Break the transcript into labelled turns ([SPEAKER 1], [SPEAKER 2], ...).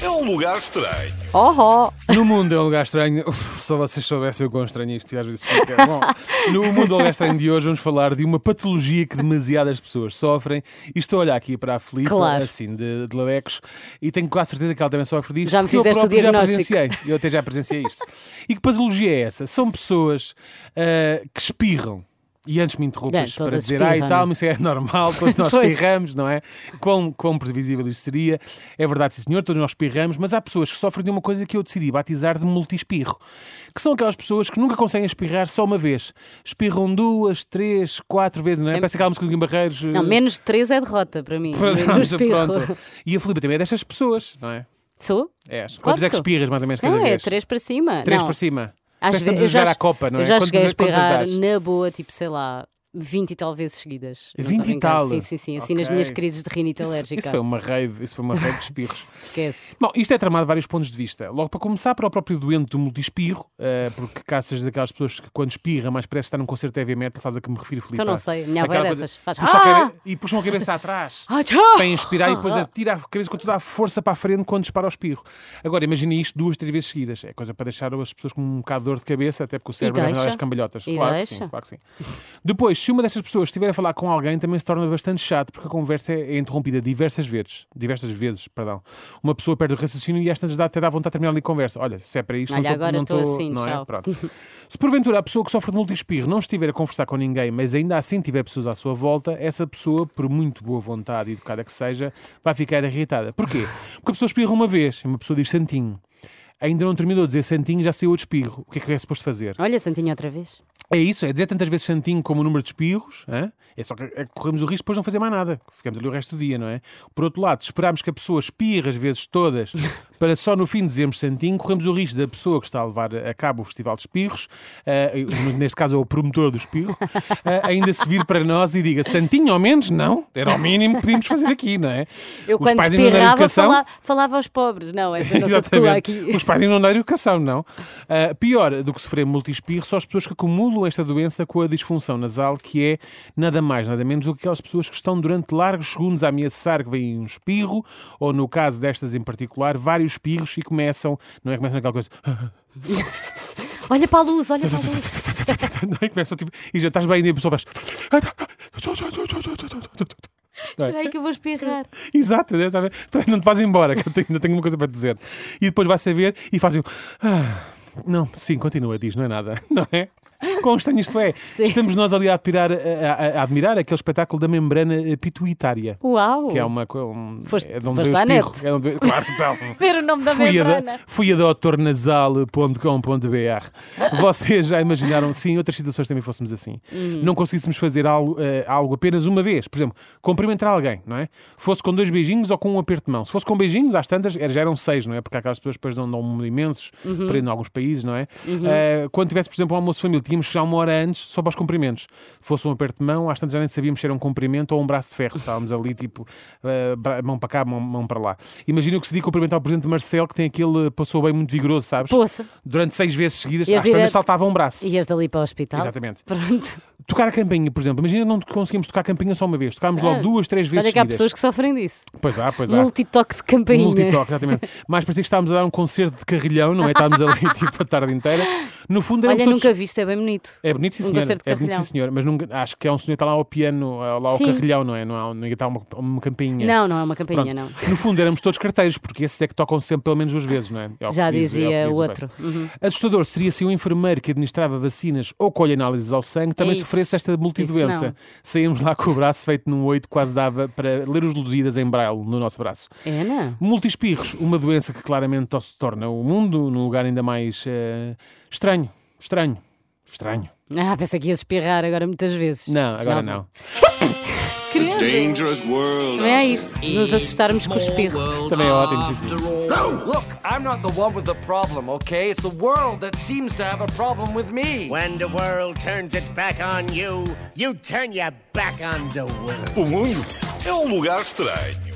[SPEAKER 1] é um lugar estranho.
[SPEAKER 2] Oh, oh.
[SPEAKER 3] No mundo é um lugar estranho. Uf, só vocês soubessem o quão estranho é isto às vezes fica. Bom, no mundo é um lugar estranho de hoje vamos falar de uma patologia que demasiadas pessoas sofrem. E estou a olhar aqui para a Filipe,
[SPEAKER 2] Claro.
[SPEAKER 3] assim, de, de Ladecos, e tenho quase certeza que ela também sofre disto.
[SPEAKER 2] Já me
[SPEAKER 3] porque eu
[SPEAKER 2] fizeste o
[SPEAKER 3] próprio
[SPEAKER 2] diagnóstico.
[SPEAKER 3] Já presenciei. Eu até já presenciei isto. E que patologia é essa? São pessoas ah, que espirram. E antes me interrompas
[SPEAKER 2] É,
[SPEAKER 3] para
[SPEAKER 2] todas
[SPEAKER 3] dizer, ah, e
[SPEAKER 2] espirram.
[SPEAKER 3] tal, mas isso é normal, todos nós
[SPEAKER 2] Pois.
[SPEAKER 3] espirramos espirramos, não é? Quão, quão previsível isto seria. É verdade, sim senhor, todos nós espirramos, mas há pessoas que sofrem de uma coisa que eu decidi batizar de multispirro, que são aquelas pessoas que nunca conseguem espirrar só uma vez. Espirram duas, três, quatro vezes, não é? Parece aquela música do Guim Barreiros.
[SPEAKER 2] Não,
[SPEAKER 3] eh,
[SPEAKER 2] menos de 3 é derrota para mim.
[SPEAKER 3] pronto,
[SPEAKER 2] do espirro.
[SPEAKER 3] pronto. E a Filipe também é destas pessoas, não é?
[SPEAKER 2] Sou?
[SPEAKER 3] É.
[SPEAKER 2] Claro
[SPEAKER 3] Quantas
[SPEAKER 2] que
[SPEAKER 3] é que
[SPEAKER 2] sou.
[SPEAKER 3] espirras, mais ou menos, cada
[SPEAKER 2] Não, é
[SPEAKER 3] vez?
[SPEAKER 2] 3 para cima.
[SPEAKER 3] Três
[SPEAKER 2] não.
[SPEAKER 3] por cima.
[SPEAKER 2] Às
[SPEAKER 3] Parece que estamos
[SPEAKER 2] ve-
[SPEAKER 3] a
[SPEAKER 2] eu já
[SPEAKER 3] jogar
[SPEAKER 2] ach-
[SPEAKER 3] à Copa, não é?
[SPEAKER 2] Eu já
[SPEAKER 3] Quantas-
[SPEAKER 2] cheguei a
[SPEAKER 3] quantas
[SPEAKER 2] espirrar
[SPEAKER 3] dás?
[SPEAKER 2] na boa, tipo, sei lá, 20 e tal vezes seguidas. Não estou a
[SPEAKER 3] 20 e
[SPEAKER 2] brincar.
[SPEAKER 3] tal?
[SPEAKER 2] Sim, sim, sim. Assim nas
[SPEAKER 3] Ok.
[SPEAKER 2] minhas crises de rinite
[SPEAKER 3] Isso,
[SPEAKER 2] alérgica.
[SPEAKER 3] isso foi um- uma rave, isso foi uma rave de espirros.
[SPEAKER 2] Esquece.
[SPEAKER 3] Bom, isto é tramado de vários pontos de vista. Logo para começar, para o próprio doente do multispirro, eh, porque cá sejas daquelas pessoas que quando espirra, mais parece estar num concerto de heavy metal, sabes a que me refiro, Filipe?
[SPEAKER 2] Então não sei, a minha avó
[SPEAKER 3] Aquela
[SPEAKER 2] era
[SPEAKER 3] coisa-
[SPEAKER 2] essas. Faz-
[SPEAKER 3] puxa a
[SPEAKER 2] Ah!
[SPEAKER 3] cabe- E puxam a cabeça atrás
[SPEAKER 2] Ah, tchau!
[SPEAKER 3] para inspirar e depois
[SPEAKER 2] Ah,
[SPEAKER 3] atira a cabeça com toda a força para a frente quando dispara o espirro. Agora, imagina isto duas, três vezes seguidas. É coisa para deixar as pessoas com um bocado de dor de cabeça, até porque o cérebro vai
[SPEAKER 2] deixa.
[SPEAKER 3] as cambalhotas.
[SPEAKER 2] E
[SPEAKER 3] claro
[SPEAKER 2] deixa.
[SPEAKER 3] que sim, claro que sim. Depois, se uma dessas pessoas estiver a falar com alguém, também se torna bastante chato, porque a conversa é interrompida diversas vezes. Diversas vezes, perdão. Uma pessoa perde o raciocínio e às tantas dá até dá vontade de terminar ali a conversa. Olha, se é para isto,
[SPEAKER 2] Olha,
[SPEAKER 3] não tô-
[SPEAKER 2] agora
[SPEAKER 3] não
[SPEAKER 2] tô
[SPEAKER 3] tô-
[SPEAKER 2] assim,
[SPEAKER 3] não
[SPEAKER 2] tchau.
[SPEAKER 3] É? Pronto. Se porventura a pessoa que sofre de multispirro não estiver a conversar com ninguém, mas ainda assim tiver pessoas à sua volta, essa pessoa, por muito boa vontade e educada que seja, vai ficar irritada. Porquê? Porque a pessoa espirra uma vez e uma pessoa diz santinho. Ainda não terminou de dizer santinho, já saiu outro espirro. O que é que é suposto fazer?
[SPEAKER 2] Olha, Santinho, outra vez.
[SPEAKER 3] É isso, é dizer tantas vezes santinho como o número de espirros, hã? é só que é que corremos o risco de depois não fazer mais nada. Ficamos ali o resto do dia, não é? Por outro lado, se esperarmos que a pessoa espirre as vezes todas para só no fim dizermos santinho, corremos o risco da pessoa que está a levar a cabo o festival de espirros, ah, eu- neste caso é o promotor do espirro, ah, ainda se vir para nós e diga santinho ao menos, não, era o mínimo que podíamos fazer aqui, não é?
[SPEAKER 2] Eu
[SPEAKER 3] Os
[SPEAKER 2] quando
[SPEAKER 3] pais ainda não deram
[SPEAKER 2] espirrava
[SPEAKER 3] educação.
[SPEAKER 2] fala- falava aos pobres. Não, essa é a nossa
[SPEAKER 3] Exatamente.
[SPEAKER 2] tua aqui.
[SPEAKER 3] Os pais não dão educação, não. Ah, pior do que sofrer multispirro são as pessoas que acumulam esta doença com a disfunção nasal, que é nada mais, nada menos do que aquelas pessoas que estão durante largos segundos a ameaçar que vem um espirro, ou no caso destas em particular, vários espirros e começam, não é? Começam aquela coisa.
[SPEAKER 2] Olha para a luz, olha para a luz.
[SPEAKER 3] não é? Começam, tipo, e já estás bem e a pessoa faz.
[SPEAKER 2] Espera aí que eu vou espirrar.
[SPEAKER 3] Exato, né? Sabe? Espera, não te vais embora, que eu tenho- ainda tenho uma coisa para te dizer. E depois vai saber e fazem. Ah, não, sim, continua, diz, não é nada, não é? Quão estranho isto é? Estamos nós ali a admirar, a, a- a admirar aquele espetáculo da membrana pituitária.
[SPEAKER 2] Uau!
[SPEAKER 3] Que é uma. co- Um,
[SPEAKER 2] Foste-
[SPEAKER 3] é de onde
[SPEAKER 2] foste
[SPEAKER 3] veio o
[SPEAKER 2] à
[SPEAKER 3] espirro,
[SPEAKER 2] net.
[SPEAKER 3] é de onde veio- claro, então.
[SPEAKER 2] Ver o nome da
[SPEAKER 3] Fui a,
[SPEAKER 2] membrana.
[SPEAKER 3] da- fui a doutornasal.com.br. Vocês já imaginaram, sim, outras situações também fôssemos assim.
[SPEAKER 2] Uhum.
[SPEAKER 3] Não conseguíssemos fazer algo, eh, algo apenas uma vez. Por exemplo, cumprimentar alguém, não é? Fosse com dois beijinhos ou com um aperto de mão. Se fosse com beijinhos, às tantas, era- já eram seis, não é? Porque há aquelas pessoas que depois dão, um dão imensos,
[SPEAKER 2] Uhum.
[SPEAKER 3] por aí em alguns países, não é? Eh, quando tivesse, por exemplo, um almoço de família, tínhamos que já uma hora antes só para os cumprimentos. Fosse um aperto de mão, às tantas já nem sabíamos se era um cumprimento ou um braço de ferro. Estávamos ali, tipo, eh, bra- mão para cá, mão, mão para lá. Imagina o que se diz cumprimentar o presidente Marcelo, que tem aquele passou bem muito vigoroso, sabes?
[SPEAKER 2] Poça.
[SPEAKER 3] Durante seis vezes seguidas,
[SPEAKER 2] Ias
[SPEAKER 3] às tantas
[SPEAKER 2] direto-
[SPEAKER 3] saltava um braço.
[SPEAKER 2] Ias dali para o hospital.
[SPEAKER 3] Exatamente.
[SPEAKER 2] Pronto.
[SPEAKER 3] Tocar a campainha, por exemplo. Imagina não conseguimos tocar a campainha só uma vez. Tocámos
[SPEAKER 2] Ah,
[SPEAKER 3] logo duas, três vezes
[SPEAKER 2] Olha que há
[SPEAKER 3] seguidas.
[SPEAKER 2] pessoas que sofrem disso. Um
[SPEAKER 3] Pois há, pois há.
[SPEAKER 2] Multitoque de campainha.
[SPEAKER 3] Multitoque, exatamente. Mas parecia que estávamos a dar um concerto de carrilhão, não é? Estávamos ali tipo a tarde inteira. No fundo, um éramos
[SPEAKER 2] Olha,
[SPEAKER 3] todos...
[SPEAKER 2] nunca vi isto, é bem bonito.
[SPEAKER 3] É bonito, sim,
[SPEAKER 2] Um
[SPEAKER 3] senhora.
[SPEAKER 2] concerto de
[SPEAKER 3] é bonito, sim,
[SPEAKER 2] carrilhão.
[SPEAKER 3] senhora. Mas nunca- acho que é um senhor que está lá ao piano, eh, lá ao
[SPEAKER 2] Sim.
[SPEAKER 3] carrilhão, não é? Não há, não está uma, uma campainha.
[SPEAKER 2] Não, não é uma campainha,
[SPEAKER 3] Pronto.
[SPEAKER 2] não.
[SPEAKER 3] No fundo, éramos todos carteiros, porque esses é que tocam sempre pelo menos duas vezes, não é? É o
[SPEAKER 2] Já
[SPEAKER 3] que se diz, é o que
[SPEAKER 2] dizia
[SPEAKER 3] diz
[SPEAKER 2] o
[SPEAKER 3] bem.
[SPEAKER 2] outro. Uhum.
[SPEAKER 3] Assustador seria se um enfermeiro que administrava vacinas ou colhe análises ao sangue também
[SPEAKER 2] É Isso,
[SPEAKER 3] sofresse esta
[SPEAKER 2] isso não.
[SPEAKER 3] multidoença. Saímos lá com o braço feito num oito, quase dava para ler os luzidas em braille no nosso braço.
[SPEAKER 2] É, não?
[SPEAKER 3] Multispirros, uma doença que claramente se torna o mundo num lugar ainda mais eh, estranho. Estranho. Estranho.
[SPEAKER 2] Ah, pensei que ias espirrar agora muitas vezes.
[SPEAKER 3] Não, agora
[SPEAKER 2] Afinal,
[SPEAKER 3] não.
[SPEAKER 4] It's a dangerous world out
[SPEAKER 2] Também é
[SPEAKER 4] there.
[SPEAKER 2] isto, nos assustarmos com o espirro.
[SPEAKER 3] Também é ótimo, sim, sim.
[SPEAKER 5] Look, I'm not the one with the problem, okay? It's the world that seems to have a problem with me.
[SPEAKER 6] When the world turns its back on you, you turn your back on the world.
[SPEAKER 1] O mundo é um lugar estranho.